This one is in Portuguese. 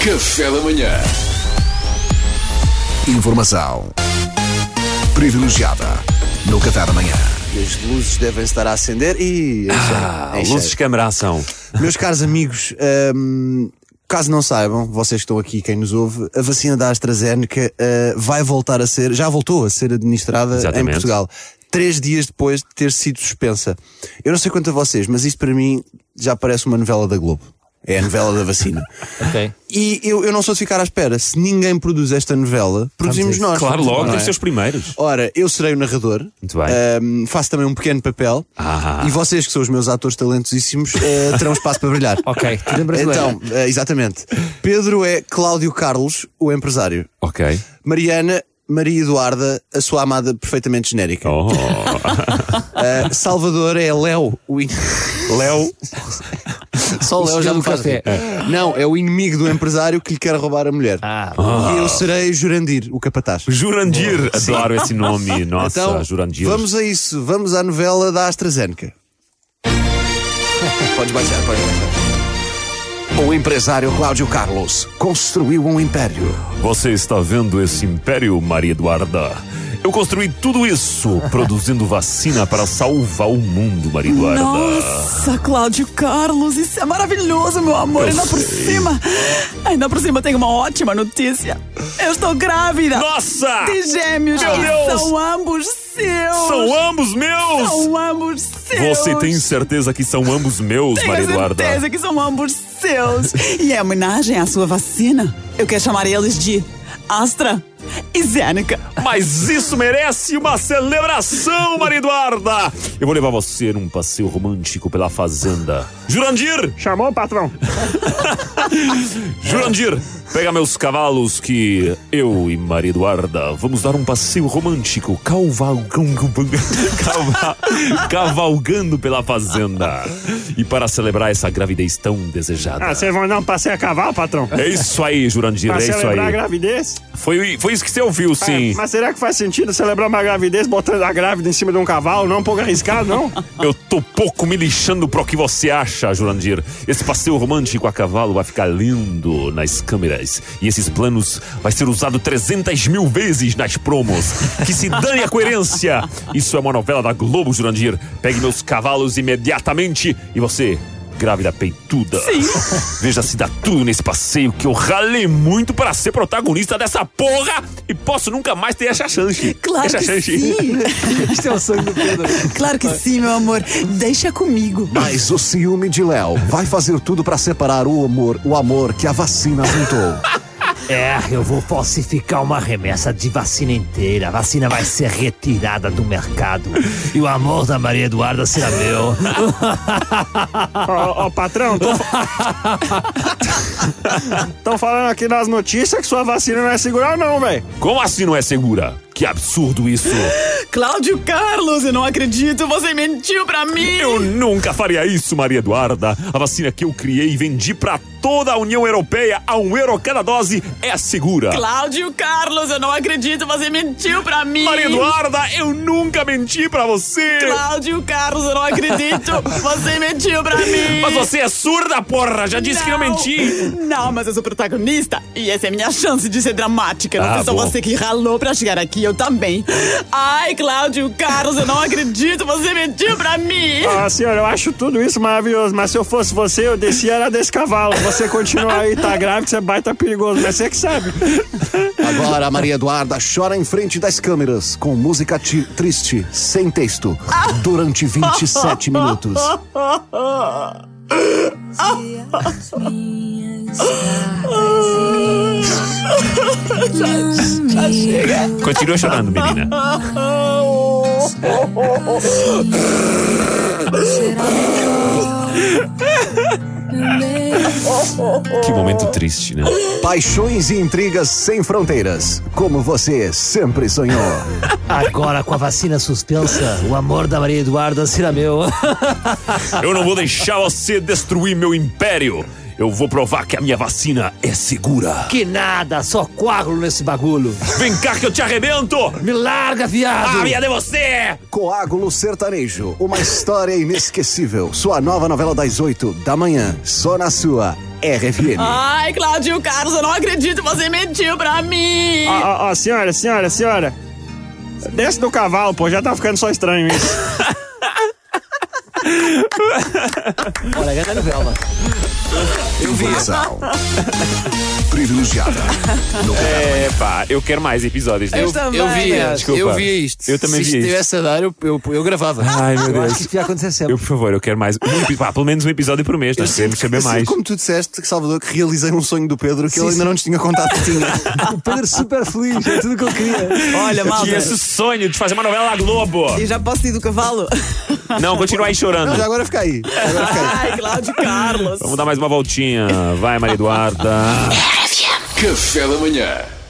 Café da Manhã. Informação privilegiada no Café da Manhã. As luzes devem estar a acender e. Ah, luzes de câmara ação. Meus caros amigos, hum, caso não saibam, vocês que estão aqui, quem nos ouve, a vacina da AstraZeneca eh, vai voltar a ser, já voltou a ser administrada em Exatamente. Portugal. Três dias depois de ter sido suspensa. Eu não sei quanto a vocês, mas isto para mim já parece uma novela da Globo. É a novela da vacina. Ok. E eu, eu não sou de ficar à espera. Se ninguém produz esta novela, produzimos nós. Claro, logo, Não é? deve ser os primeiros. Ora, eu serei o narrador. Muito bem. Ahm, faço também um pequeno papel. Ah. E vocês, que são os meus atores talentosíssimos, eh, terão espaço para brilhar. Ok. Tudo em brasileiro. Então, eh, exatamente. Pedro é Cláudio Carlos, o empresário. Ok. Mariana, Maria Eduarda, a sua amada perfeitamente genérica. Oh. Eh, Salvador é Léo, o in- é Léo. Só O Léo já senhor me do faz café. rir. Não, é o inimigo do empresário que lhe quer roubar a mulher. Ah, E eu serei Jurandir, o capataz. Jurandir. Adoro esse nome. Nossa, Então, Jurandir. vamos a isso. Vamos à novela da AstraZeneca. Podes baixar, podes baixar. O empresário Cláudio Carlos construiu um império. Você está vendo esse império, Maria Eduarda? Eu construí tudo isso produzindo vacina para salvar o mundo, Maria Eduarda. Nossa, Cláudio Carlos, isso é maravilhoso, meu amor. Eu ainda por sei. cima, ainda por cima tem uma ótima notícia. Eu estou grávida Nossa! de gêmeos Meu que Deus! são ambos seus. São ambos meus! São ambos seus. Você tem certeza que são ambos meus, Maria Tenho Eduarda? certeza que são ambos seus. e é homenagem à sua vacina. Eu quero chamar eles de Astra e Zeneca. Mas isso merece uma celebração, Maria Eduarda! Eu vou levar você num passeio romântico pela fazenda. Jurandir! Chamou, Tá patrão? Jurandir! Pega meus cavalos que eu e Maria Eduarda vamos dar um passeio romântico cavalgando, cava- cavalgando pela fazenda. E para celebrar essa gravidez tão desejada. Ah, vocês vão dar um passeio a cavalo, patrão? É isso aí, Jurandir, Pra é isso celebrar a aí. gravidez? Foi, foi isso que você ouviu, sim. É, mas será que faz sentido celebrar uma gravidez botando a grávida em cima de um cavalo? Não é um pouco arriscado, não? Eu tô um pouco me lixando pro que você acha, Jurandir. Esse passeio romântico a cavalo vai ficar lindo nas câmeras. E esses planos vai ser usado 300 mil vezes nas promos. Que se dane a coerência! Isso é uma novela da Globo, Jurandir. Pegue meus cavalos imediatamente e você. Grávida peituda. Sim. Veja se dá tudo nesse passeio que eu ralei muito para ser protagonista dessa porra e posso nunca mais ter essa chance. Claro essa que chance. sim. isto é o sonho do Pedro. Claro que sim, meu amor. Deixa comigo. Mas o ciúme de Léo vai fazer tudo para separar o amor, o amor que a vacina juntou. É, eu vou falsificar uma remessa de vacina inteira. A vacina vai ser retirada do mercado. E o amor da Maria Eduarda será meu. Ó, ó, patrão, tô... Estão falando aqui nas notícias que sua vacina não é segura, não, velho. Como assim não é segura? Que absurdo isso! Cláudio Carlos, eu não acredito. Você mentiu pra mim. Eu nunca faria isso, Maria Eduarda. A vacina que eu criei e vendi pra toda a União Europeia a um euro cada dose é segura. Cláudio Carlos, eu não acredito, você mentiu pra mim. Maria Eduarda, eu nunca menti pra você. Cláudio Carlos, eu não acredito, você mentiu pra mim. Mas você é surda, porra! Já disse que não menti. Não, mas eu sou protagonista e essa é a minha chance de ser dramática. Não Ah, foi só bom. você que ralou pra chegar aqui, eu também. Ai, Cláudio Carlos, eu não acredito, você mentiu pra mim. Ah, senhora, eu acho tudo isso maravilhoso, mas se eu fosse você, eu descia era desse cavalo. Você continua aí, tá grávida, você é baita perigoso, mas você que sabe. Agora a Maria Eduarda chora em frente das câmeras com música ti- triste, sem texto, durante 27 minutos. Continua chorando, menina. Que momento triste, né? Paixões e intrigas sem fronteiras, como você sempre sonhou. Agora, com a vacina suspensa, o amor da Maria Eduarda será meu. Eu não vou deixar você destruir meu império. Eu vou provar que a minha vacina é segura. Que nada, só coágulo nesse bagulho. Vem cá que eu te arrebento! Me larga, viado. Ah, minha de você! Coágulo Sertanejo, uma história inesquecível. Sua nova novela das 8 da manhã, só na sua RFM. Ah, Ai, Claudinho Carlos, eu não acredito, você mentiu pra mim. Ó, Ah. ó, ó, Ah, senhora, senhora, senhora. Desce do cavalo, pô, já tá ficando só estranho isso. Olha, grande novela. Informação. Privilegiada. No programa. É, pá, eu quero mais episódios, né? Eu também. Eu via, Desculpa. eu via isto. Eu também Se via Se isto. tivesse a dar, eu, eu, eu gravava. Ai, meu Eu acho que Deus. isso ia acontecer sempre. Eu, por favor, eu quero mais. Um epi- pá, pelo menos um episódio por mês, nós queremos saber Assim, mais. Como tu disseste, Salvador, que realizei um sonho do Pedro que ele ainda não nos tinha contado que tinha. O Pedro super feliz, é tudo que eu queria. Olha, é, E malta. esse sonho de fazer uma novela à Globo. Eu já posso ir do cavalo? Não, continua aí chorando. Não, já agora fica aí. Agora fica aí. Ai, Cláudio Carlos. Vamos dar mais uma voltinha. Vai, Maria Eduarda. Café da manhã.